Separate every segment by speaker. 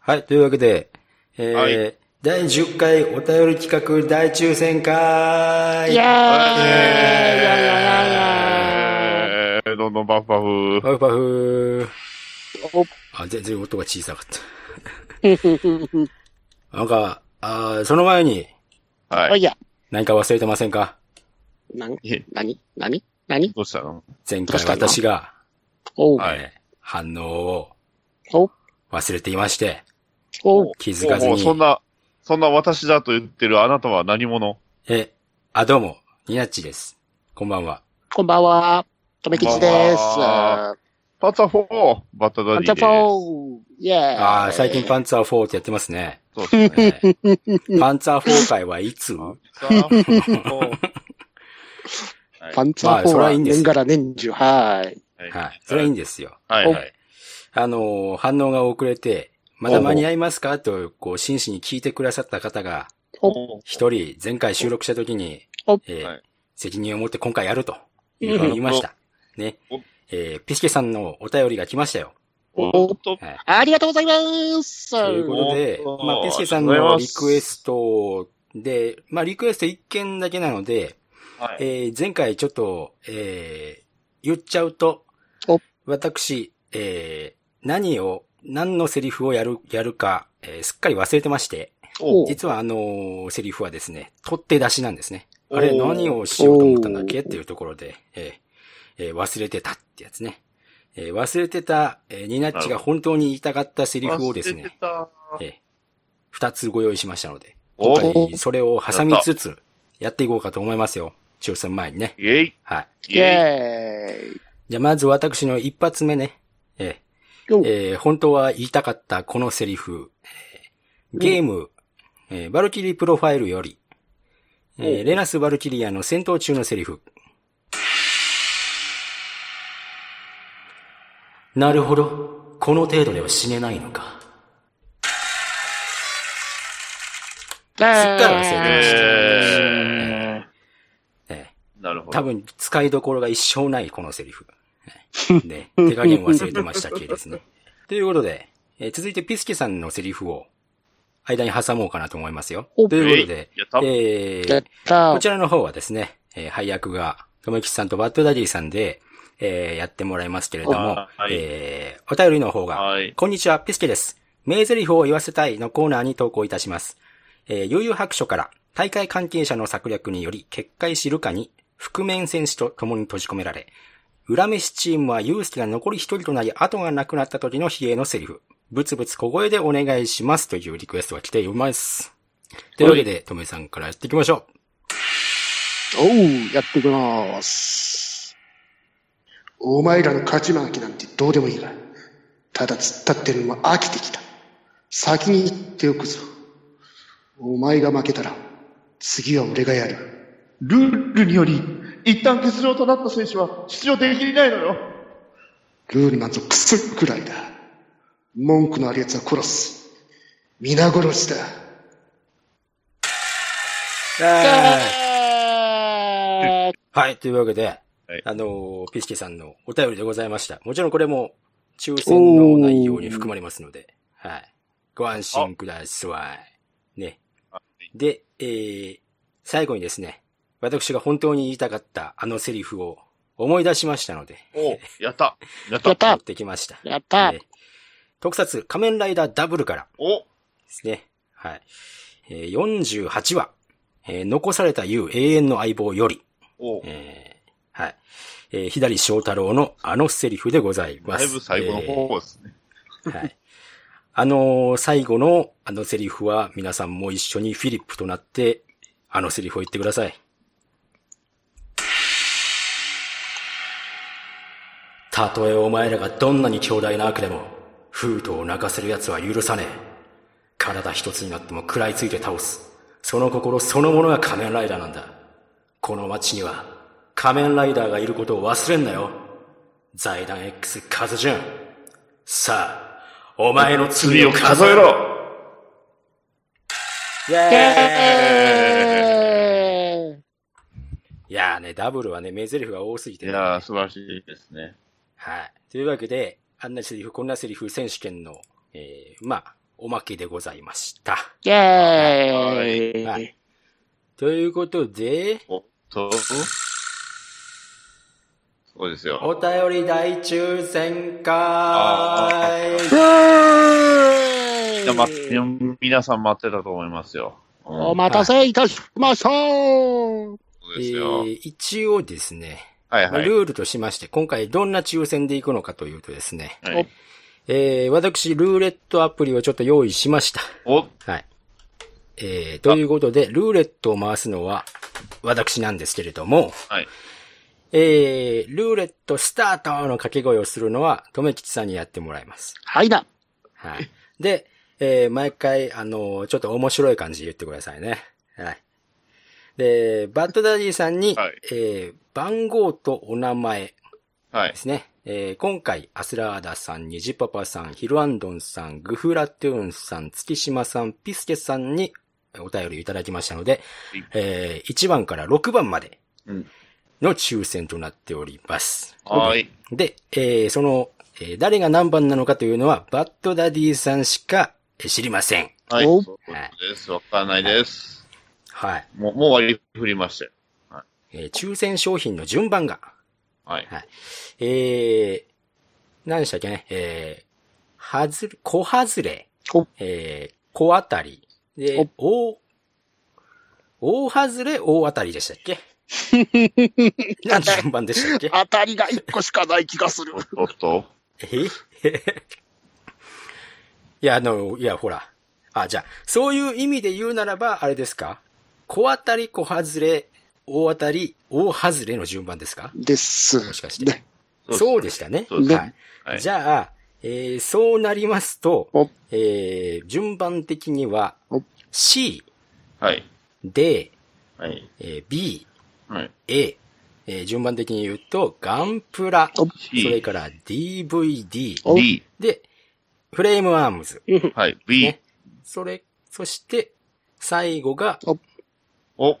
Speaker 1: はい、というわけで、えー
Speaker 2: はい
Speaker 1: 第10回お便り企画大抽選会
Speaker 3: イエーイ
Speaker 2: えー、どんどんバフバフ。
Speaker 1: パフパフあ、全然音が小さかった。なんか、あーその前に
Speaker 2: は
Speaker 3: お
Speaker 2: い。
Speaker 3: いや、
Speaker 1: 何か忘れてませんか
Speaker 3: なん、
Speaker 2: え
Speaker 3: なに、なに、なに
Speaker 2: どうしたの
Speaker 1: 前
Speaker 3: どう
Speaker 1: 回
Speaker 3: したの
Speaker 1: 私が、
Speaker 3: おう、
Speaker 2: はい
Speaker 1: えー反応を
Speaker 3: おう、
Speaker 1: 忘れていまして、
Speaker 3: おう、
Speaker 1: 気づかず
Speaker 2: もうそん
Speaker 1: に、
Speaker 2: な、そんな私だと言ってるあなたは何者
Speaker 1: え、あ、どうも、ニナッチです。こんばんは。
Speaker 3: こんばんは、とめきちです。
Speaker 2: こんばん
Speaker 3: あ
Speaker 2: パッツァ4バッタダ
Speaker 3: ん
Speaker 2: ディ
Speaker 3: た
Speaker 2: です。
Speaker 3: ぽーイェーイ
Speaker 1: ああ、最近パンツァー4ってやってますね。
Speaker 2: そうですね。
Speaker 1: えー パンツァー4会はいつ
Speaker 2: パッツァ4
Speaker 3: パンツァー
Speaker 1: まあ
Speaker 3: 4
Speaker 1: それは
Speaker 3: はい
Speaker 1: いんです
Speaker 3: 年がら年中、はい。
Speaker 1: はい。それはいいんですよ。
Speaker 2: はいはい。
Speaker 1: あのー、反応が遅れて、まだ間に合いますかと、こう、真摯に聞いてくださった方が、
Speaker 2: お
Speaker 1: 一人、前回収録した時に
Speaker 3: おお、
Speaker 1: えー
Speaker 2: はい
Speaker 1: 責任を持って今回やると、いうふうに言いました。ね
Speaker 2: お。
Speaker 1: えーピスケさんのお便りが来ましたよ。
Speaker 2: おっと、
Speaker 1: はい。
Speaker 3: ありがとうございます
Speaker 1: ということで
Speaker 2: お、
Speaker 1: まあ、ピスケさん
Speaker 2: ありがと
Speaker 1: の
Speaker 2: うござい
Speaker 1: リ
Speaker 2: ます
Speaker 1: クエストで、まあ、リクエスト一件だけなので、
Speaker 2: はい
Speaker 1: えー前回ちょっと、えー言っちゃうと
Speaker 3: お、
Speaker 1: 私、えー何を、何のセリフをやる、やるか、えーすっかり忘れてまして、
Speaker 2: お
Speaker 1: 実はあのーセリフはですね、取って出しなんですね。あれ、
Speaker 2: おー
Speaker 1: 何をしようと思ったんだっけっていうところで、えーえー忘れてたってやつね。えー忘れてた、えーニナッチが本当に言いたかったセリフをです
Speaker 2: 忘れ
Speaker 1: ね
Speaker 2: て、た
Speaker 1: えー二つご用意しましたので、
Speaker 2: お
Speaker 1: 今回それを挟みつつ、やっていこうかと思いますよ。抽選前にね。
Speaker 2: イェイ
Speaker 1: はい。
Speaker 3: イェーイ
Speaker 1: じゃあまず私の一発目ね。え
Speaker 3: お
Speaker 1: ーえー本当は言いたかったこのセリフ。えーゲーム、えーバルキリープロファイルより、えーレナス・バルキリアの戦闘中のセリフ。なるほど。この程度では死ねないのか。
Speaker 3: すっ
Speaker 1: から忘れて
Speaker 2: え
Speaker 1: えー
Speaker 2: ー、なるほど。
Speaker 1: 多分使いどころが一生ないこのセリ フ。ね、手加減忘れてました系ですね。 ということで、えー続いてピスケさんのセリフを間に挟もうかなと思いますよ。
Speaker 3: お
Speaker 1: ということで
Speaker 2: えいや多、分
Speaker 1: え
Speaker 3: や
Speaker 1: ー
Speaker 3: っ、た
Speaker 1: こちらの方はですね、えー配役が、とめきちさんとバッドダディさんで、えーやってもらいますけれども、
Speaker 2: あはい
Speaker 1: えーお便りの方が、
Speaker 2: はい。
Speaker 1: こんにちは、ピスケです。名台詞を言わせたいのコーナーに投稿いたします。えー、悠々白書から大会関係者の策略により決壊しルカに覆面戦士と共に閉じ込められ、裏飯チームはユースケが残り一人となり後がなくなった時の比叡のセリフ、ブツブツ小声でお願いしますというリクエストが来ています。というわけで、とめさんからやっていきましょう。
Speaker 3: おう、やっていきます。
Speaker 4: お前らの勝ち負けなんてどうでもいいが、ただ突っ立ってるのは飽きてきた。先に言っておくぞ。お前が負けたら、次は俺がやる。
Speaker 5: ルールにより、一旦欠場となった選手は出場できないのよ。
Speaker 4: ルールなんぞクソくらいだ。文句のある奴は殺す。皆殺しだ。
Speaker 3: えー
Speaker 1: はい、というわけで、
Speaker 2: はい
Speaker 1: あのーピスケさんのお便りでございました。もちろんこれも抽選の内容に含まれますので、はい。ご安心ください。ね。で、えー、最後にですね、私が本当に言いたかったあのセリフを思い出しましたので、
Speaker 2: おやった。やっ
Speaker 3: や
Speaker 2: た
Speaker 3: っ。た
Speaker 1: 持ってきました。
Speaker 3: やった
Speaker 1: えー特撮仮面ライダーダブルから、
Speaker 2: お
Speaker 1: ですね。はい。えー48話、えー残された言う永遠の相棒より、
Speaker 2: お
Speaker 1: えーはい。えー左翔太郎のあのセリフでございます。
Speaker 2: だいぶ最後の方法ですね。
Speaker 1: えーはい。あのー最後のあのセリフは皆さんも一緒にフィリップとなって、あのセリフを言ってください。たとえお前らがどんなに強大な悪でも、フートを泣かせる奴は許さねえ。体一つになっても食らいついて倒す。その心そのものが仮面ライダーなんだ。この街には仮面ライダーがいることを忘れんなよ。財団 X カズジュン。さあ、お前の罪を数えろ
Speaker 2: ろ
Speaker 1: イエーイ
Speaker 3: え
Speaker 1: いやーね、ダブルはね、名台詞が多すぎて
Speaker 2: い
Speaker 1: ね、
Speaker 2: やー、素晴らしいですね。
Speaker 1: はい。というわけで、あんなセリフ、こんなセリフ選手権の、えー、まあ、おまけでございました。
Speaker 3: イェ
Speaker 1: は
Speaker 3: ー
Speaker 1: い
Speaker 3: イ。
Speaker 1: ということで、
Speaker 2: おっと。そうですよ。
Speaker 1: お便り大抽選会
Speaker 2: あ
Speaker 3: イェ
Speaker 2: じゃあ待って
Speaker 3: ーイ
Speaker 2: 皆さん待ってたと思いますよ。うん
Speaker 3: お待たせいたしました
Speaker 2: そう
Speaker 1: え
Speaker 2: ですよ。
Speaker 1: ー一応ですね、
Speaker 2: はいはい。
Speaker 1: ルールとしまして、今回どんな抽選でいくのかというとですね、
Speaker 2: はい
Speaker 1: えー私、ルーレットアプリをちょっと用意しました。
Speaker 2: お、
Speaker 1: はい。えーということで、ルーレットを回すのは、私なんですけれども、
Speaker 2: はい。
Speaker 1: えー、ルーレットスタートの掛け声をするのは、とめきちさんにやってもらいます。
Speaker 3: はいだ。
Speaker 1: はい。で、えー毎回、あのーちょっと面白い感じで言ってくださいね。はい。で、バッドダディさんに、
Speaker 2: はい
Speaker 1: えー番号とお名前
Speaker 2: はい
Speaker 1: で。すね。えー今回、アスラーダさん、ニジパパさん、ヒルアンドンさん、グフラトゥーンさん、月島さん、ピスケさんにお便りいただきましたので
Speaker 2: はい、
Speaker 1: えー1番から6番まで
Speaker 2: うん
Speaker 1: の抽選となっております。
Speaker 2: はい。
Speaker 1: で、えーその、えー誰が何番なのかというのは、バッドダディさんしかえー知りません。
Speaker 2: はい。
Speaker 3: お
Speaker 2: そうです。わかんないです。
Speaker 1: はい。
Speaker 2: もう、もう割り振りましたよ。
Speaker 1: えー抽選商品の順番が、
Speaker 2: はい。
Speaker 1: えー、何でしたっけね、えー、はずれ、小外れ
Speaker 3: お、
Speaker 1: えー、小当たり、で、大、大外れ、大当たりでしたっけ何の順番でしたっけ
Speaker 3: 当たりが1個しかない気がする
Speaker 2: お。っとおっと。
Speaker 1: え いや、あの、いや、ほら。あ、じゃあ、そういう意味で言うならば、あれですか小当たり、小外れ、大当たり、大外れの順番ですか
Speaker 3: です。
Speaker 1: もしかして。
Speaker 3: ね
Speaker 1: そうでしたね。
Speaker 2: そうです
Speaker 3: ね
Speaker 1: はい
Speaker 2: はい
Speaker 1: じゃあ、えーそうなりますと
Speaker 3: お、
Speaker 1: えー順番的には
Speaker 3: お、
Speaker 1: C、
Speaker 2: はい。
Speaker 1: D、
Speaker 2: はい。
Speaker 1: えー B、
Speaker 2: はい。
Speaker 1: A、えー順番的に言うと、ガンプラ、そ
Speaker 3: お
Speaker 1: れ
Speaker 2: C、
Speaker 1: から DVD、
Speaker 3: お
Speaker 2: D、
Speaker 1: で、フレームアームズ。
Speaker 2: はい。B
Speaker 1: ね、それ、そして、最後が、
Speaker 2: お、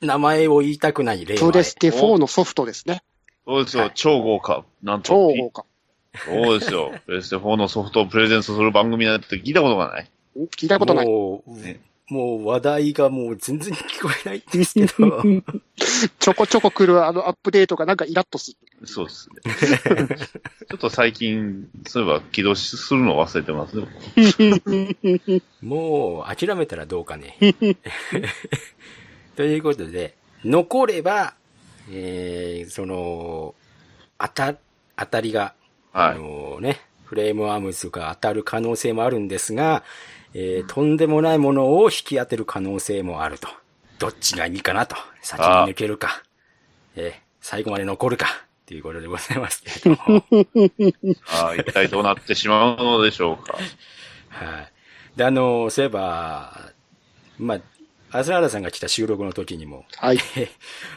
Speaker 1: 名前を言いたくない例
Speaker 3: プ
Speaker 1: 外
Speaker 3: レステ4のソフトですね。
Speaker 2: そうです
Speaker 1: は
Speaker 2: よ
Speaker 1: い。
Speaker 2: 超豪華。なんと。
Speaker 3: 超豪華。
Speaker 2: そうですよ。プレステ4のソフトをプレゼントする番組なんて聞いたことがない。
Speaker 3: 聞いたことない。
Speaker 1: もう、
Speaker 2: ね
Speaker 1: もう話題がもう全然聞こえないんですけど。
Speaker 3: ちょこちょこ来るあのアップデートがなんかイラッ とする。
Speaker 2: そうですね。ちょっと最近、そういえば起動するの忘れてますね。
Speaker 1: もう、諦めたらどうか ね。ということで、残れば、えー、その、当た、当たりが、
Speaker 2: は
Speaker 1: あ
Speaker 2: い。
Speaker 1: のね、フレームアームズが当たる可能性もあるんですが、えーとんでもないものを引き当てる可能性もあると。どっちがいいかなと。先に抜けるか、えー最後まで残るか、ということでございますけれども。
Speaker 2: はい。一体どうなってしまうのでしょうか。
Speaker 1: はい。で、あの、そういえば、まあ、アスラーダさんが来た収録の時にも、
Speaker 3: はい。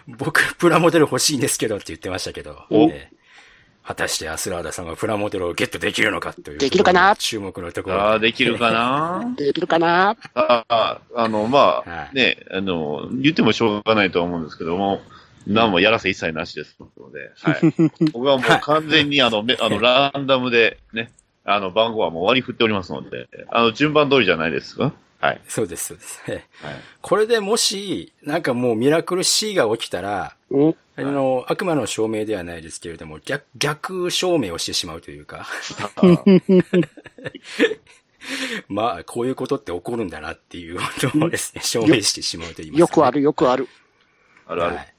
Speaker 1: 僕、プラモデル欲しいんですけどって言ってましたけど、
Speaker 2: お
Speaker 1: えー果たしてアスラーダさんはプラモデルをゲットできるのかという。
Speaker 3: できるかな
Speaker 1: 注目のところで。
Speaker 2: ああ、できるかな
Speaker 3: できるかな
Speaker 2: ああ、あの、ま
Speaker 1: は
Speaker 2: あ、
Speaker 1: い
Speaker 2: ね、あの、言ってもしょうがないとは思うんですけども、何もやらせ一切なしですので、はい。僕はもう完全にあの、めあの、ランダムでね、あの、番号はもう割り振っておりますので、あの、順番通りじゃないですかはい。
Speaker 1: そうです、そうです。えー
Speaker 2: はい
Speaker 1: これでもし、なんかもうミラクル C が起きたら、
Speaker 3: うん。
Speaker 1: あの、悪魔の証明ではないですけれども、逆、逆証明をしてしまうというか、 まあ、こういうことって起こるんだなっていうことをですね、証明してしまうと言いますかね、
Speaker 3: よくある、よく ある。
Speaker 2: あるある
Speaker 1: は。い。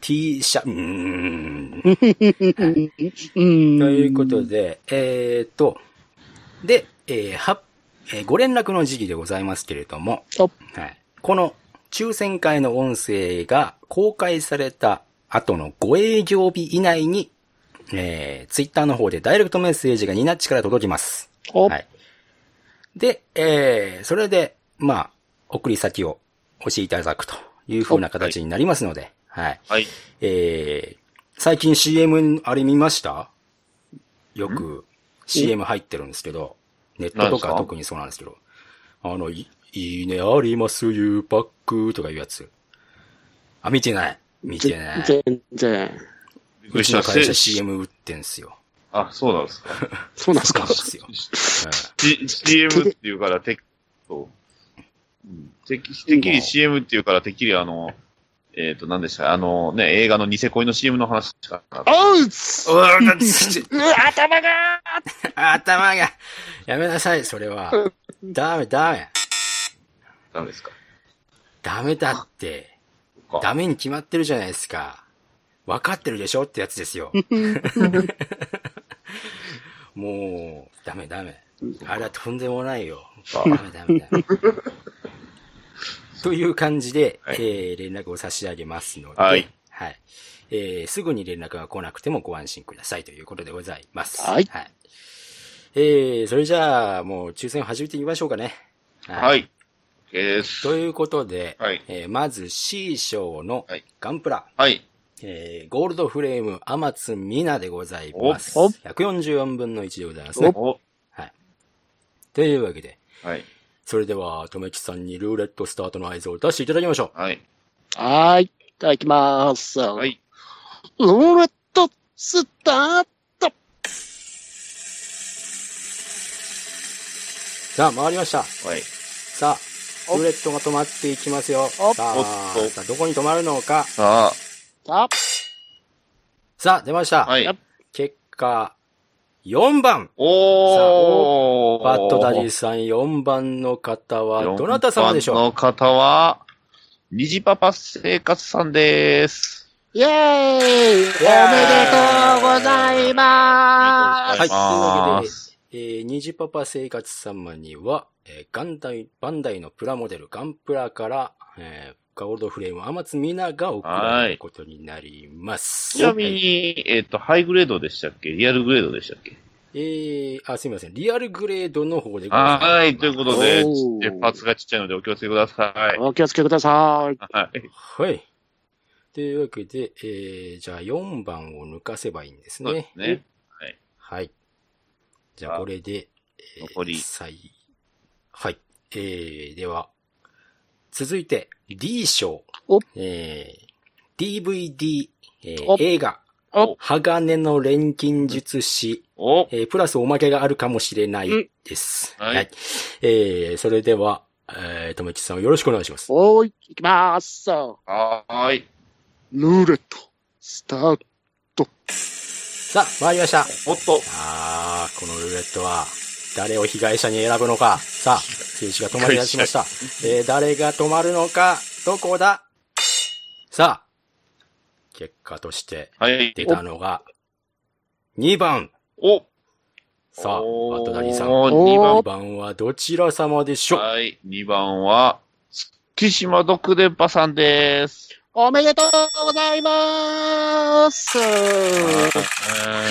Speaker 1: T シャ、うーん。
Speaker 3: うん。
Speaker 1: ということで、えーっと、で、えーは、えーご連絡の時期でございますけれども、
Speaker 3: お
Speaker 1: はい。この抽選会の音声が公開された後のご営業日以内に、えー、ツイッターの方でダイレクトメッセージがニナッチから届きます。
Speaker 3: お
Speaker 1: はい。で、えー、それで、まあ、送り先を教えていただくという風な形になりますので、はい。
Speaker 2: はい。
Speaker 1: えー、最近 CM、あれ見ましたよく CM 入ってるんですけど、ネットとか
Speaker 2: 何ですか
Speaker 1: 特にそうなんですけど、あの、いいいねありますゆパックとかいうやつ。あ、見てない。見てない。
Speaker 3: 全然。
Speaker 2: びっく
Speaker 1: う
Speaker 2: りし
Speaker 1: ちの
Speaker 2: た。
Speaker 1: 会社
Speaker 2: せ
Speaker 1: CM 売ってんすよ。
Speaker 2: あ、そうなんですか。
Speaker 3: そうなんですか
Speaker 1: そう。です よ。うん
Speaker 2: C- CM っていうから、てっ、そう。うんてっきてっきり CM っていうから、てっきりあの、えっ、と、何でしたあのね、映画のニセ恋の CM の話かな。
Speaker 3: おう
Speaker 1: おーだって
Speaker 3: うわ頭が
Speaker 1: 頭が、やめなさい、それは。ダメ、ダメ。
Speaker 2: ダメですか。
Speaker 1: ダメだって。
Speaker 2: か
Speaker 1: ダメに決まってるじゃないですか。分かってるでしょってやつですよ。もう、ダメダメ。あれはとんでもないよ。ダ
Speaker 2: あ
Speaker 1: メダメダ メ。という感じで、
Speaker 2: はい
Speaker 1: えー連絡を差し上げますので、
Speaker 2: はい
Speaker 1: はいえーすぐに連絡が来なくてもご安心くださいということでございます。
Speaker 3: はい
Speaker 1: えーそれじゃあ、もう抽選を始めてみましょうかね。
Speaker 2: は。い。OK です。
Speaker 1: ということで、
Speaker 2: はい
Speaker 1: えーまず C 賞の
Speaker 2: はい
Speaker 1: ガンプラ、
Speaker 2: はい。
Speaker 1: えーゴールドフレーム天津美奈でございます。
Speaker 3: おお
Speaker 1: 144分の1でございますね。
Speaker 2: お
Speaker 1: はい。というわけで、
Speaker 2: はい。
Speaker 1: それでは、とめきさんにルーレットスタートの合図を出していただきましょ
Speaker 2: はい。
Speaker 3: はーい。いただきます。
Speaker 2: は
Speaker 3: はい。
Speaker 2: い。
Speaker 3: ルーレット、スタート
Speaker 1: う。さあ、回りました。
Speaker 2: はい。
Speaker 1: さあ、
Speaker 3: お
Speaker 1: ルーレットが止まっていきますよ。さ
Speaker 3: お
Speaker 1: あ
Speaker 2: おっと、
Speaker 1: さあどこに止まるのか。
Speaker 2: さ
Speaker 3: さ
Speaker 1: さあ、出ました。
Speaker 2: あ、はい
Speaker 3: やっ。
Speaker 1: 結果、4番。
Speaker 2: おー。
Speaker 1: バットダディさん4番の方は、どなた様でし
Speaker 2: 4番
Speaker 1: ょう
Speaker 2: の方は、ニジパパ生活さんです。
Speaker 3: イェーイおめでとうございま
Speaker 1: ありがとうございますは
Speaker 3: す
Speaker 1: い
Speaker 2: す。
Speaker 1: えー、ニジパパ生活様には、えーガンダイ、バンダイのプラモデルガンプラから、えーゴールドフレーム、アマツミナが送られることになります。
Speaker 2: ちなみ
Speaker 1: はい
Speaker 2: に、えっ、と、ハイグレードでしたっけリアルグレードでしたっけ
Speaker 1: えー、あ、すみません。リアルグレードの方でございます。
Speaker 2: はい、ということで、
Speaker 3: おー
Speaker 2: 出発がちっちゃいのでお気をつけください。
Speaker 3: お気をつけください。
Speaker 2: はい。
Speaker 1: はい。というわけで、えー、じゃあ4番を抜かせばいいんです
Speaker 2: そうで
Speaker 1: ね。
Speaker 2: すね。
Speaker 1: はい。じゃあ、これで、えー
Speaker 2: 残り
Speaker 1: 最はい。えー、では、続いて、D 賞。
Speaker 3: お
Speaker 1: えー、DVD、えー
Speaker 3: お
Speaker 1: 映画、
Speaker 3: お
Speaker 1: 鋼の錬金術師、
Speaker 2: お
Speaker 1: えープラスおまけがあるかもしれないです。
Speaker 2: うんはい
Speaker 1: えー、それでは、えー、とめきさんよろしくお願いします。
Speaker 3: おーい、いきます。
Speaker 2: はーい。
Speaker 4: ルーレット、スタート。
Speaker 1: さあ、参りました。
Speaker 2: おっと、
Speaker 1: あー、このルーレットは、誰を被害者に選ぶのか。さあ、数字が止まり出しました。えー、誰が止まるのか、どこださあ、結果として
Speaker 2: はい。
Speaker 1: 出たのが、2番。
Speaker 2: お
Speaker 1: さあ、バ
Speaker 2: おー
Speaker 1: ットダディさん。
Speaker 2: 二
Speaker 1: 2
Speaker 2: 番。
Speaker 1: 番はどちら様でしょう
Speaker 2: はい。2番は、月島独電波さんです。
Speaker 3: おめでとうございます。
Speaker 2: は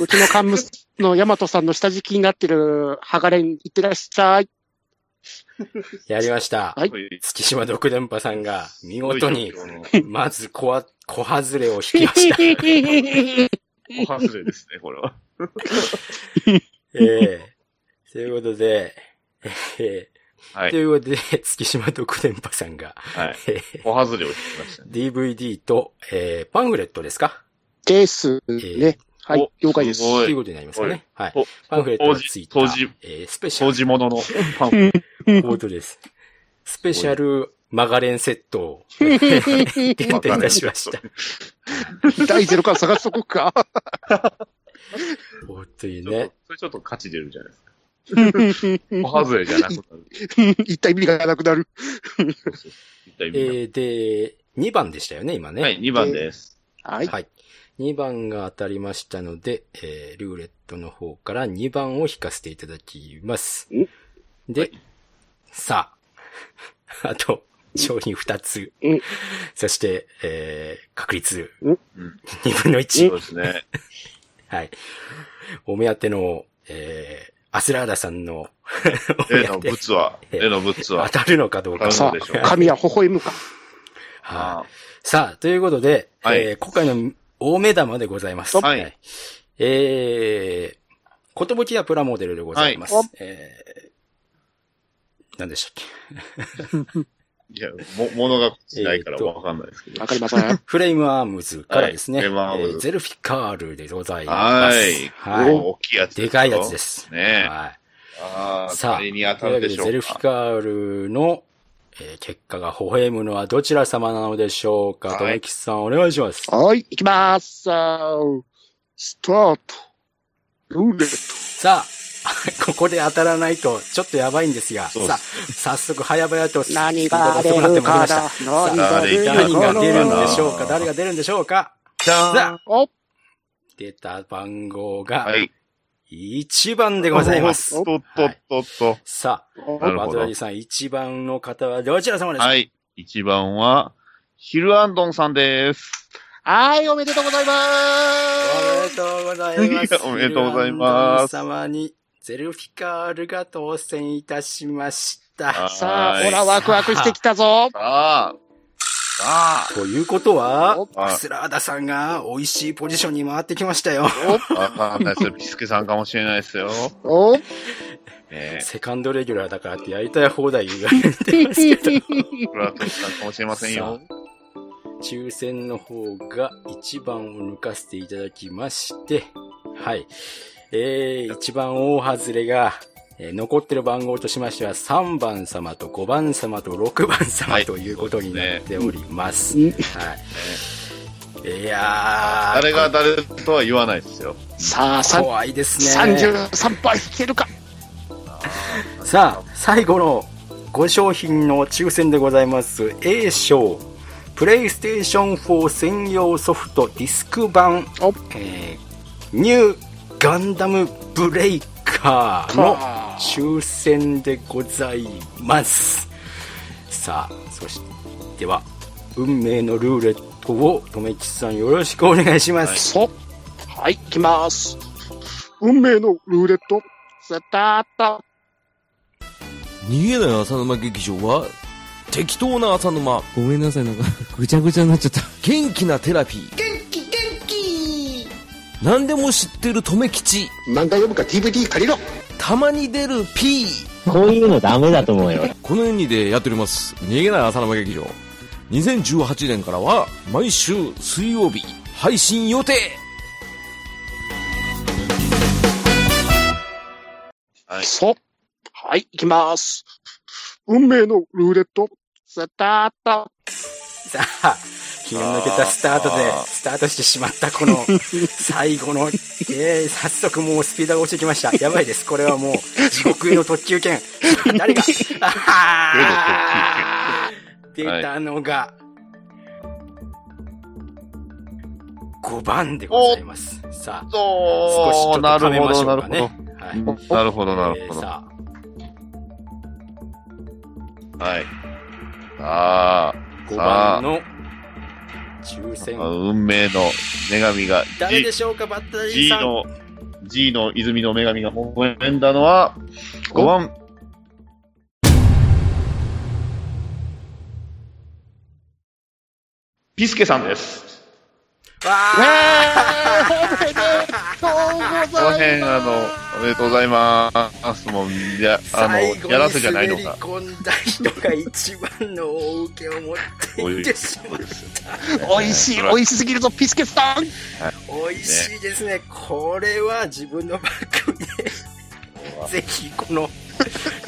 Speaker 3: うちのカンムスのヤマトさんの下敷きになってるハガレン、いってらっしゃい。
Speaker 1: やりました。
Speaker 3: はい
Speaker 2: ーい。
Speaker 1: 月島独電波さんが、見
Speaker 2: 見
Speaker 1: 事に、まず小わ、小外れを引きま した。
Speaker 2: お外れですね、これ は。
Speaker 1: ええということで、えー
Speaker 2: は
Speaker 1: と
Speaker 2: い。
Speaker 1: いうことで、月島独電波さんが、
Speaker 2: はい。
Speaker 1: えー
Speaker 2: お外れを引きました ね。
Speaker 1: DVD と、えーパンフレットですか
Speaker 3: ですね。は
Speaker 2: お
Speaker 3: い、了解です。
Speaker 2: ご
Speaker 1: と
Speaker 2: い
Speaker 1: いうことになりますかね。はい
Speaker 2: お。
Speaker 1: パンフレットがついた、
Speaker 2: 当時
Speaker 1: えースペシャ
Speaker 2: 掃
Speaker 1: ル、
Speaker 2: 除物のパンフレット。
Speaker 1: 本当です。スペシャルマガレンセットを、えー限定いたしま した。
Speaker 3: 第ゼロから探すとこか。
Speaker 1: 本当に
Speaker 2: ちょっ
Speaker 1: ね
Speaker 2: と。それちょっと価値出るじゃないですか。 お外れじゃなくなる。
Speaker 3: 一体意味がなくなる。
Speaker 2: そうそう一体
Speaker 1: え
Speaker 2: 見た
Speaker 1: ーで、2番でしたよね、今ね。
Speaker 2: はい、2番です。
Speaker 3: はい。
Speaker 1: はい。2番が当たりましたので、えールーレットの方から2番を引かせていただきます。で、さあ、 あと、商品2つ
Speaker 3: うん。
Speaker 1: そして、えー確率
Speaker 3: うん
Speaker 1: 2分の
Speaker 2: そう
Speaker 1: 1。
Speaker 2: ですね。
Speaker 1: はい。お目当ての、えーアスラーダさんのお目
Speaker 2: 例の
Speaker 1: 当て、
Speaker 2: 物は、
Speaker 1: え
Speaker 2: 例の物
Speaker 1: 当
Speaker 2: は、
Speaker 1: たるのかどうか。
Speaker 2: 当
Speaker 1: はい
Speaker 2: た
Speaker 3: さ
Speaker 2: るでしょう
Speaker 3: あ、神は微笑むか。
Speaker 2: あ
Speaker 1: さあ、ということで、
Speaker 2: はい
Speaker 1: えー今回の大目玉でございます。
Speaker 2: はい
Speaker 1: えー、ことぶきやプラモデルでございます。
Speaker 3: はい
Speaker 1: えー、何でしたっけ
Speaker 2: いや、も、ものがしないからわかんないですけど。
Speaker 3: わかりません。は
Speaker 1: フレームアームズからですね。
Speaker 2: はいフレームアームズ
Speaker 1: えゼルフィカールでございま
Speaker 2: は
Speaker 1: す
Speaker 2: い。。
Speaker 1: はい。
Speaker 2: 大きいやつ
Speaker 1: でかいやつですす。
Speaker 2: よ。ねえ。
Speaker 1: は
Speaker 2: ああ、
Speaker 1: さあ
Speaker 2: 誰に当
Speaker 1: い。
Speaker 2: た
Speaker 1: というわけ
Speaker 2: るで
Speaker 1: で、
Speaker 2: しょ
Speaker 1: ゼル
Speaker 2: う
Speaker 1: フィ
Speaker 2: か。
Speaker 1: カールの、えー結果が微笑むのはどちら様なのでしょうか。
Speaker 2: はい
Speaker 1: とめきさん、お願いします。
Speaker 3: ーい、行きまーす。さあスタート。ルーレッ
Speaker 1: さあ、 ここで当たらないと、ちょっとやばいんですが、
Speaker 2: そう
Speaker 1: さあ、早速、早々と、
Speaker 3: ト。何
Speaker 1: が
Speaker 3: が
Speaker 1: 出
Speaker 3: 出
Speaker 1: る
Speaker 3: る
Speaker 1: かだ
Speaker 3: かだ。
Speaker 1: 何
Speaker 3: 何
Speaker 2: が
Speaker 3: が
Speaker 2: 出
Speaker 3: 出
Speaker 2: る
Speaker 3: る
Speaker 2: か
Speaker 3: か
Speaker 1: 何が
Speaker 2: だ
Speaker 3: だ。
Speaker 1: 出るんでしょう
Speaker 2: あ
Speaker 1: か
Speaker 2: ー
Speaker 1: 誰が出るんでしょうか
Speaker 2: じゃ
Speaker 1: さ
Speaker 2: ん
Speaker 1: あ、
Speaker 3: お
Speaker 1: 出た番号が
Speaker 2: はい。
Speaker 1: 1番でございます。
Speaker 2: おっとっとっとっと。
Speaker 1: さ
Speaker 3: お
Speaker 1: あ、
Speaker 2: なる
Speaker 1: バ
Speaker 2: ほ
Speaker 1: トラ
Speaker 2: ど
Speaker 1: リー。さん、1番の方はどちら様でしょうか、
Speaker 2: はい。一番は、ヒルアンドンさんです。
Speaker 3: はい、おめでとうございま
Speaker 1: おめ
Speaker 3: ー
Speaker 1: でとうございます。
Speaker 2: おめでとうございます
Speaker 1: ヒルアンドン様に、ゼルフィカールが当選いたしました。
Speaker 3: す。さあ、
Speaker 2: は
Speaker 3: ほ
Speaker 2: い
Speaker 3: ら、ワクワクしてきたぞ。
Speaker 2: さあ、さあ、
Speaker 1: ということは
Speaker 3: お、
Speaker 1: アスラーダさんが美味しいポジションに回ってきましたよ。
Speaker 2: わかんないですよ。ビスケさんかもしれないですよ。
Speaker 3: お
Speaker 2: ねえ、
Speaker 1: セカンドレギュラーだからってやりたい放題言われてますけど。
Speaker 2: フラトシさんかもしれませんよ。
Speaker 1: 抽選の方が1番を抜かせていただきまして、はい。えー、1番大外れが、えー残ってる番号としましては3番様と5番様と6番様
Speaker 2: はい
Speaker 1: ということになっております。
Speaker 3: うん
Speaker 1: はい。いやー、
Speaker 2: 誰が誰とは言わないですよ。
Speaker 3: さあ、さん
Speaker 1: 怖いですね。
Speaker 3: 33杯引けるか。
Speaker 1: さあ、最後のご商品の抽選でございます。A 賞、プレイステーション4専用ソフトディスク版
Speaker 3: お、
Speaker 1: えーニューガンダムブレイカーの抽選でございます。さあ、そしては、運命のルーレットを、とめきちさんよろしくお願いします。
Speaker 3: そう。はい、行きます。運命のルーレット、スタート。
Speaker 6: 逃げない浅沼劇場は適当な浅沼
Speaker 7: ごめんなさい、なんか、 ぐちゃぐちゃになっちゃった。
Speaker 6: 元気なテラピー元気元気何でも知ってる留吉
Speaker 4: 漫画読むか DVD 借りろ
Speaker 6: たまに出る P
Speaker 8: こういうのダメだと思うよ。
Speaker 6: このようにでやっております逃げない浅沼劇場2018年からは毎週水曜日配信予定
Speaker 2: はい。
Speaker 3: そう。はい、行きます。運命のルーレット、スタート。
Speaker 1: さあ、気の抜けたスタートで
Speaker 2: あー、
Speaker 1: スタートしてしまった この、最後の、えー、早速もうスピードが落ちてきました。やばいです。これは もう、地獄への特急券。 誰が、あはー出たのが、5番でございます。さあ、少しちょ
Speaker 2: お
Speaker 1: っと
Speaker 2: ー、な
Speaker 1: 貯め
Speaker 2: る
Speaker 1: ま
Speaker 2: ほ
Speaker 1: し
Speaker 2: ど、
Speaker 1: ょ
Speaker 2: な
Speaker 1: う
Speaker 2: る
Speaker 1: か
Speaker 2: ほ
Speaker 1: ね
Speaker 2: ど。。
Speaker 1: は
Speaker 2: う
Speaker 1: い
Speaker 2: んなるほど、なる
Speaker 1: え
Speaker 2: ほ
Speaker 1: ー
Speaker 2: ど。
Speaker 1: さあ、
Speaker 2: はい。さあ、
Speaker 1: 5番の抽選。
Speaker 2: 運命の女神が、
Speaker 1: 誰で
Speaker 2: G,
Speaker 1: しょうか、バッタリー
Speaker 2: G
Speaker 1: さん。
Speaker 2: の、G の泉の女神が微笑んだのは、5番。ピスケさんです。
Speaker 1: わ
Speaker 3: え
Speaker 1: ー
Speaker 3: ー、おめで
Speaker 2: こ
Speaker 3: とう
Speaker 2: の
Speaker 3: ござい
Speaker 2: 辺、あ
Speaker 3: ま
Speaker 2: の、おめでとうございます。もう、いや、あの、
Speaker 1: 最後に
Speaker 2: やらせじゃないのか。
Speaker 1: 滑り込んだ人が一番の大受けを持っていってしまう。
Speaker 3: す。美味しい、美味しすぎるぞ、ピスケさん。
Speaker 1: 美味しいですね。これは自分の番組 で、ぜひこの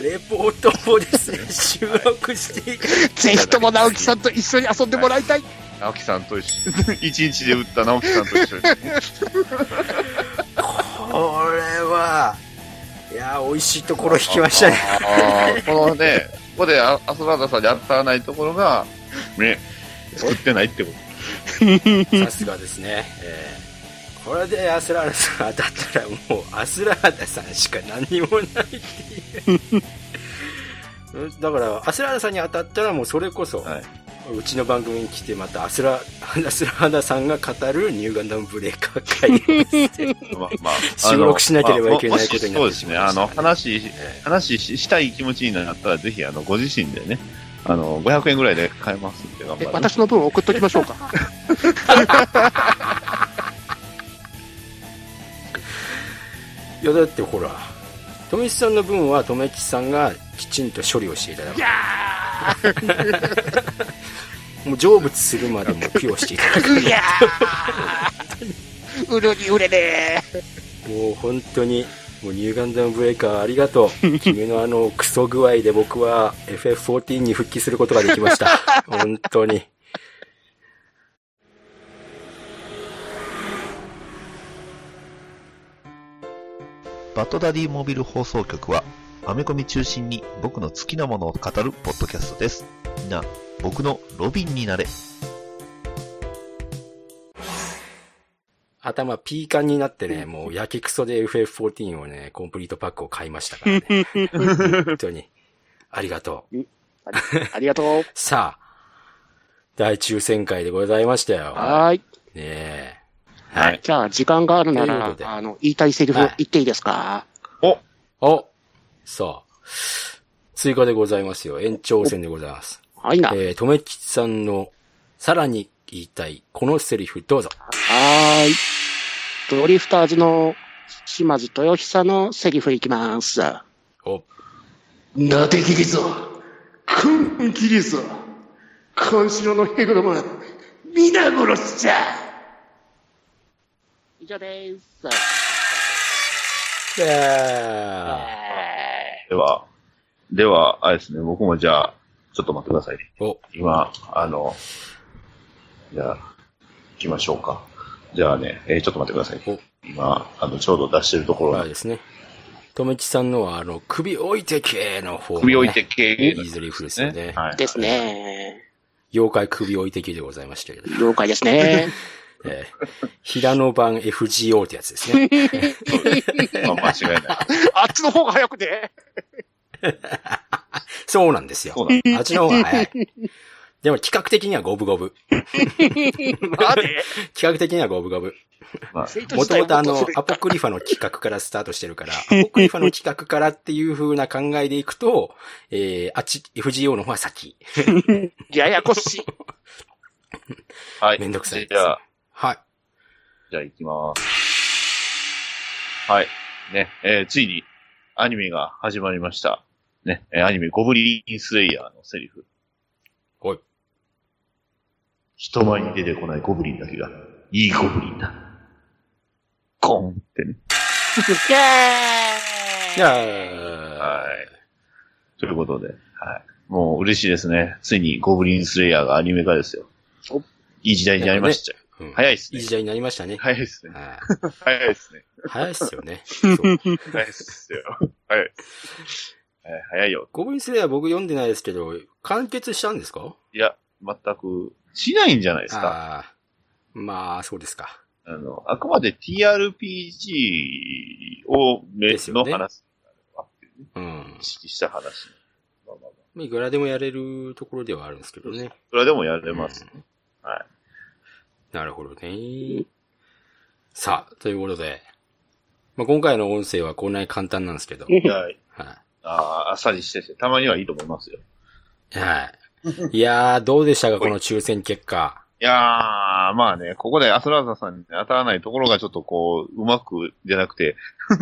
Speaker 1: レポートをですね、収録していく。
Speaker 3: ぜひとも直樹さんと一緒に遊んでもらいたい。
Speaker 2: 直樹さんと一緒 一日で打った直樹さんと一緒に。
Speaker 1: これは、いや、美味しいところ引きましたね。
Speaker 2: あーこのね、ここであアスラーダさんに当たらないところが、ね、作ってないってこ
Speaker 1: さすがですね。えーこれでアスラーダさん当たったらもうアスラーダさんしか何にもないっていう。だからアスラーダさんに当たったらもうそれこそ、
Speaker 2: はいう
Speaker 1: ちの番組に来てまたアスラアスラー ダさんが語るニューガンダムブレイカー会をして
Speaker 2: と。まあまあ、
Speaker 1: 収録しなければいけないことになってしまいま
Speaker 2: あ
Speaker 1: したね
Speaker 2: のももしそうですね。あの、話し、話ししたい気持ちになったら、ぜひ、あの、ご自身でね、あの、500円ぐらいで買えますんで、頑
Speaker 3: え
Speaker 2: 張って。
Speaker 3: 私の分送っときましょうか。
Speaker 1: いやだってほら富吉さんの分は留吉さんがきちんと処理をしていただく
Speaker 3: いや
Speaker 1: もう成仏するまでも供養していただく
Speaker 3: うやー売るに売れね
Speaker 1: もう本当にもうニューガンダムブレイカーありがとう君のあのクソ具合で僕は FF14 に復帰することができました本当に
Speaker 9: バッドダディモビル放送局は、アメコミ中心に僕の好きなものを語るポッドキャストです。みんな、僕のロビンになれ。
Speaker 1: 頭ピーカンになってね、もう焼きクソで FF14 をね、コンプリートパックを買いましたからね。本当に。ありがとう。
Speaker 3: ありがとう。
Speaker 1: さあ、大抽選会でございましたよ。
Speaker 3: はーい。
Speaker 1: ねえ。
Speaker 2: はい。
Speaker 3: じゃあ、時間があるな
Speaker 1: というこ
Speaker 3: ら
Speaker 1: と、で
Speaker 3: あの、言いたいセリフ
Speaker 1: はい
Speaker 3: 言っていいですか
Speaker 2: お
Speaker 1: おさあ、追加でございますよ。延長戦でございます。
Speaker 3: はいな。は
Speaker 1: えー、とめきちさんの、さらに言いたい、このセリフどうぞ。
Speaker 3: ーい。ドリフターズの島津豊久のセリフいきます。
Speaker 1: お、
Speaker 4: なで切りぞ。くん切りぞ。今週のヘグどもは、皆殺しじゃ。
Speaker 3: 以上です。
Speaker 1: え
Speaker 2: では、では、あれですね、僕もじゃあ、ちょっと待ってくださいね。
Speaker 1: ー、お、
Speaker 2: 今、あの、じゃあ、行きましょうか。じゃあね、えーちょっと待ってくださいね。今、あの、ちょうど出してるところ
Speaker 1: ま
Speaker 2: な
Speaker 1: あ
Speaker 2: んで
Speaker 1: ですね。とめきさんのは、あの、首置いてけの方、ね。
Speaker 2: 首置いて系
Speaker 1: い
Speaker 2: の
Speaker 1: いセリフですよね。
Speaker 2: はい。
Speaker 3: ですね。
Speaker 1: 妖怪首置いてけでございましたけど、
Speaker 3: 了解ですね。
Speaker 1: えー、平野版 FGO ってやつです ね。
Speaker 2: まあ、間違いない。
Speaker 3: あっちの方が早くて。
Speaker 1: そうなんですよ
Speaker 2: そう。なんで
Speaker 1: あっちの方が早い。でも企画的には五分五分。
Speaker 3: なんで
Speaker 1: 企画的には五分五分。
Speaker 2: す。まあ、
Speaker 1: もともとあの、アポクリファの企画か らスタートしてるから、アポクリファの企画からっていう風な考えでいくと、えー、あっち、FGO の方は先。
Speaker 3: ややこしい。
Speaker 2: はい。
Speaker 1: めんどくさい
Speaker 2: じゃあ、
Speaker 1: はい。
Speaker 2: じゃあ行きます。はい。ね、えーついにアニメが始まりました。ね、えーアニメゴブリンスレイヤーのセリフ。
Speaker 1: おい。
Speaker 2: 人前に出てこないゴブリンだけが、いいゴブリンだ。コンってね。
Speaker 1: じゃあ、
Speaker 2: はい。ということで、はい。もう嬉しいですね。ついにゴブリンスレイヤーがアニメ化ですよ
Speaker 3: お。
Speaker 2: いい時代になりましたよ。
Speaker 1: うん
Speaker 2: 早いっす
Speaker 1: いい
Speaker 2: ね。
Speaker 1: 時代になりましたね。
Speaker 2: 早いっすね。
Speaker 1: はい
Speaker 2: 早いっすね。
Speaker 1: 早いっすよ ね。そう
Speaker 2: 早いっすよ。早いっす。えー早いよ。
Speaker 1: ゴブリンスレイヤー僕読んでないですけど、完結したんですか
Speaker 2: いや、全くしないんじゃないですか。
Speaker 1: ああー。まあ、そうですか。
Speaker 2: あの、あくまで TRPG をメ
Speaker 1: です
Speaker 2: ス
Speaker 1: よ
Speaker 2: の
Speaker 1: ね
Speaker 2: 話、
Speaker 1: うん
Speaker 2: 意。識した話。まあまあまあ、
Speaker 1: まあいくらでもやれるところではあるんですけどね。
Speaker 2: それでもやれますね。はい。
Speaker 1: なるほどね。さあ、ということで、まあ、今回の音声はこんなに簡単なんですけど、
Speaker 2: いや、
Speaker 1: は
Speaker 2: あーあっさりしてて、たまにはいいと思いますよ。
Speaker 1: い。はい。いやー、どうでしたか、この抽選結果。
Speaker 2: いやー、まあね、ここでアスラーザさんに当たらないところがちょっとこう、うまくじゃなくて、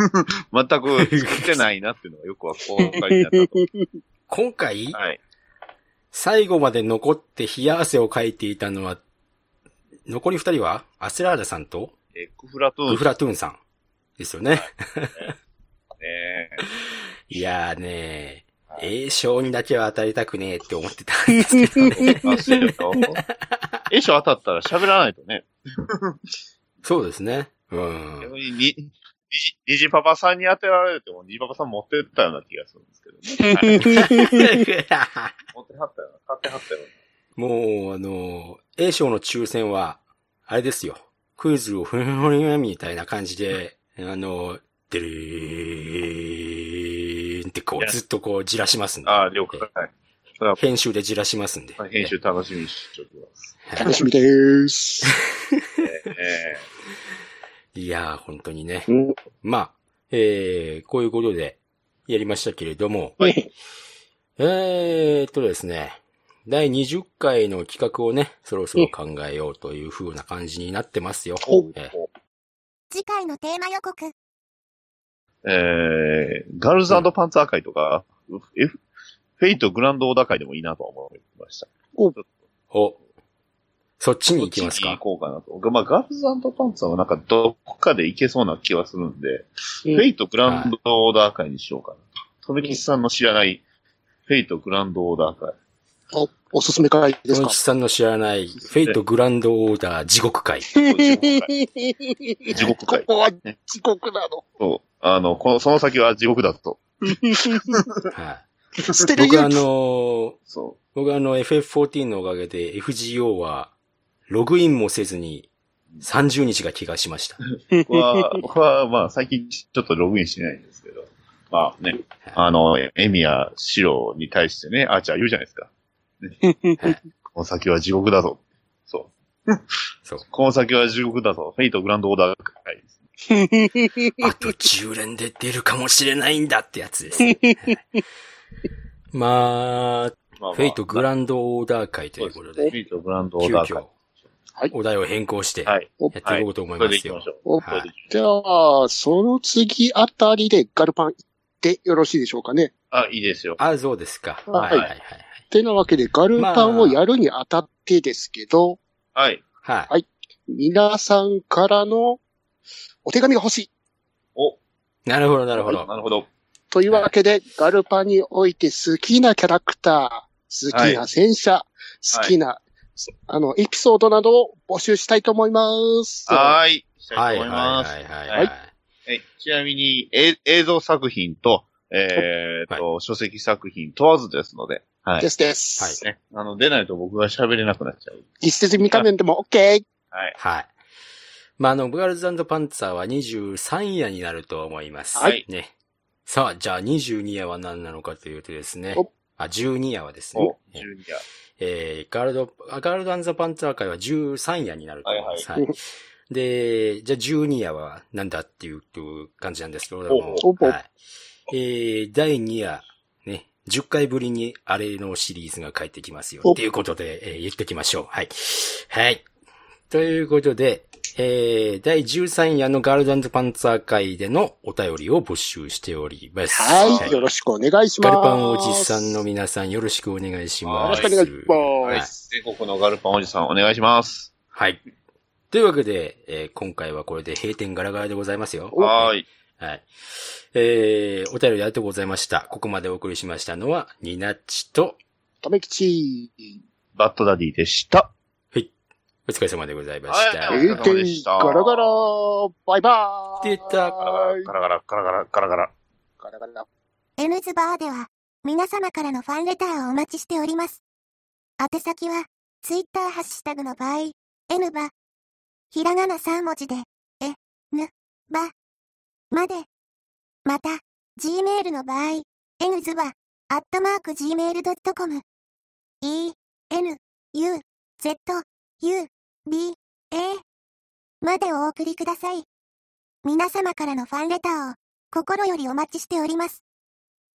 Speaker 2: 全く作ってないなっていうのがよくわかりになったと。
Speaker 1: 今回、
Speaker 2: はい。
Speaker 1: 最後まで残って冷や汗をかいていたのは、残り二人は、アスラーダさんと、
Speaker 2: エクフラトゥー
Speaker 1: グ
Speaker 2: ン
Speaker 1: フラトゥーンさん。ですよね。
Speaker 2: ね。
Speaker 1: いやーね
Speaker 2: は
Speaker 1: ー、栄翔にだけは当たりたくねーって思ってたんですけど ね。
Speaker 2: あ、そうよ。衣装当たったら喋らないとね。
Speaker 1: そうですね。うん
Speaker 2: 逆。にに、にじ、にじパパさんに当てられても、にじパパさん持ってったような気がするんですけどね。 はい持ってはったような、買ってはったよ
Speaker 1: もう、あの、A 賞の抽選は、あれですよ。クイズをふんふんふんみたいな感じで、あの、でるーんってこ、
Speaker 2: いうや
Speaker 1: ずっとこう、じらしますん
Speaker 2: う
Speaker 1: で
Speaker 2: な。。ああ、了解。はい。それは
Speaker 1: 編集でじらしますんで。
Speaker 2: 編集楽しみにしておきます。
Speaker 3: 楽しみです。
Speaker 2: ええ
Speaker 1: いやー、本当にね。
Speaker 3: うん
Speaker 1: まあ、えー、こういうことで、やりましたけれども、えーっとですね、第20回の企画をね、そろそろ考えようという風な感じになってますよ。えー
Speaker 10: 次回のテーマ予告。
Speaker 2: えーガールズパンツァー会とか、F、フェイトグランドオーダー会でもいいなとは思いました。
Speaker 3: お
Speaker 1: お。そっちに行きます
Speaker 2: こっちに
Speaker 1: か。
Speaker 2: 行こうかなと。まあ、ガールズパンツァーはなんかどっかで行けそうな気はするんで、フェイトグランドオーダー会にしようかなと。とめきさんの知らない、フェイトグランドオーダー 会。
Speaker 3: お、おすすめ会です
Speaker 1: 野
Speaker 3: か
Speaker 1: 口さんの知らない、フェイトグランドオーダー地獄会。
Speaker 2: 地獄会
Speaker 3: こ。こは地獄なの。
Speaker 2: そう。あの、この、その先は地獄だと。
Speaker 1: は
Speaker 3: 捨て
Speaker 1: い。
Speaker 3: る
Speaker 1: 僕あ
Speaker 3: 勇気。
Speaker 1: の、
Speaker 2: そ
Speaker 1: 僕あの FF14 のおかげで FGO は、ログインもせずに30日が気がしました。
Speaker 2: う。僕は、僕は、まあ、最近ちょっとログインしてないんですけど。まあね、あの、エミやシロに対してね、アーチャー言うじゃないですか。この先は地獄だぞ。そう。
Speaker 1: そう。
Speaker 2: この先は地獄だぞ。フェイトグランドオーダー会です。
Speaker 1: あと10連で出るかもしれないんだってやつです。まあ、
Speaker 2: まあまあ
Speaker 1: フェイトグランドオーダー会ということ
Speaker 2: そうすね
Speaker 1: で
Speaker 2: フ、ェイトグランドオ
Speaker 1: 急
Speaker 2: ーダー会
Speaker 1: 遽。、お題を変更して、や
Speaker 2: は
Speaker 1: っ
Speaker 2: い。
Speaker 1: ていこうと思い
Speaker 2: それ
Speaker 1: ま
Speaker 2: で行
Speaker 1: す
Speaker 2: き
Speaker 1: よ。
Speaker 2: ましょう。
Speaker 1: は
Speaker 3: お
Speaker 1: い
Speaker 2: それで行きましょう
Speaker 3: じゃあ、その次あたりでガルパン行ってよろしいでしょうかね。
Speaker 2: あ、いいですよ。
Speaker 1: あ、そうですか。は
Speaker 3: はいい
Speaker 1: はいはい。
Speaker 3: てなわけで、ガルパンをやるにあたってですけど、
Speaker 2: はい。
Speaker 1: はい。
Speaker 3: 皆さんからのお手紙が欲しい
Speaker 2: お、
Speaker 1: なるほど、なるほ
Speaker 2: な
Speaker 1: ど。
Speaker 2: るほど。
Speaker 3: というわけで、ガルパンにおいて好きなキャラクター、好きな戦車、好きな、あの、エピソードなどを募集したいと思います。
Speaker 2: はーい。した
Speaker 1: はいい
Speaker 2: と
Speaker 1: はい
Speaker 2: 思います。
Speaker 1: はいはい
Speaker 2: は
Speaker 1: はい
Speaker 2: い。えちなみに、え映像作品と、えーっと、書籍作品問わずですので、はい
Speaker 3: で。すです。
Speaker 1: はい
Speaker 2: ね、あの、出ないと僕が喋れなくなっちゃう。
Speaker 3: 実質見た面でも OK!
Speaker 2: はい。
Speaker 1: はい。まあ、あの、ガールズパンツァーは23夜になると思います。
Speaker 2: はい
Speaker 1: ね。さあ、じゃあ22夜は何なのかというとですね
Speaker 3: お。
Speaker 1: あ、12夜はですね
Speaker 2: お、。ジュニ
Speaker 1: えー、ガールド、あガールドザパンツァー会は13夜になると思います。は
Speaker 3: はいいはい
Speaker 1: で、じゃあ12夜は何だっていうという感じなんですけれども
Speaker 3: お、お
Speaker 1: はい。えー、第2夜、ね、10回ぶりにあれのシリーズが帰ってきますよ。
Speaker 3: お
Speaker 1: っていうことで、えー言ってきましょう。はい。はい。ということで、えー、第13夜のガールドパンツァー会でのお便りを募集しております。
Speaker 3: はい。よろしくお願いしま
Speaker 1: ガル
Speaker 3: す。
Speaker 1: パンおじさんの皆さんよろしくお願いします。
Speaker 3: よろしくお願
Speaker 2: ア。は
Speaker 3: いしま
Speaker 2: い。全国のガルパンおじさん、お願いします。
Speaker 1: はい。というわけで、えー今回はこれで閉店ガラガラでございますよ。
Speaker 2: はーい。
Speaker 1: はい。えー、お便りありがとうございました。ここまでお送りしましたのは、ニナッチと、
Speaker 3: とめきち。
Speaker 2: バッドダディでした。
Speaker 1: お疲れ様でございました。
Speaker 2: はい
Speaker 3: 閉店ガラガラ、バイバーイ
Speaker 1: 出た
Speaker 2: ガラガラ、ガラガラ、ガラガラ。
Speaker 3: ガラガラ。
Speaker 10: N ズバーでは、皆様からのファンレターをお待ちしております。宛先は、ツイッターハッシュタグの場合、N バ、ひらがな3文字で、え、ぬ、ば、まで。また、Gmail の場合、N ズバ、アットマーク Gmail.com。E, N, U, Z, U, B, A までお送りください。皆様からのファンレターを心よりお待ちしております。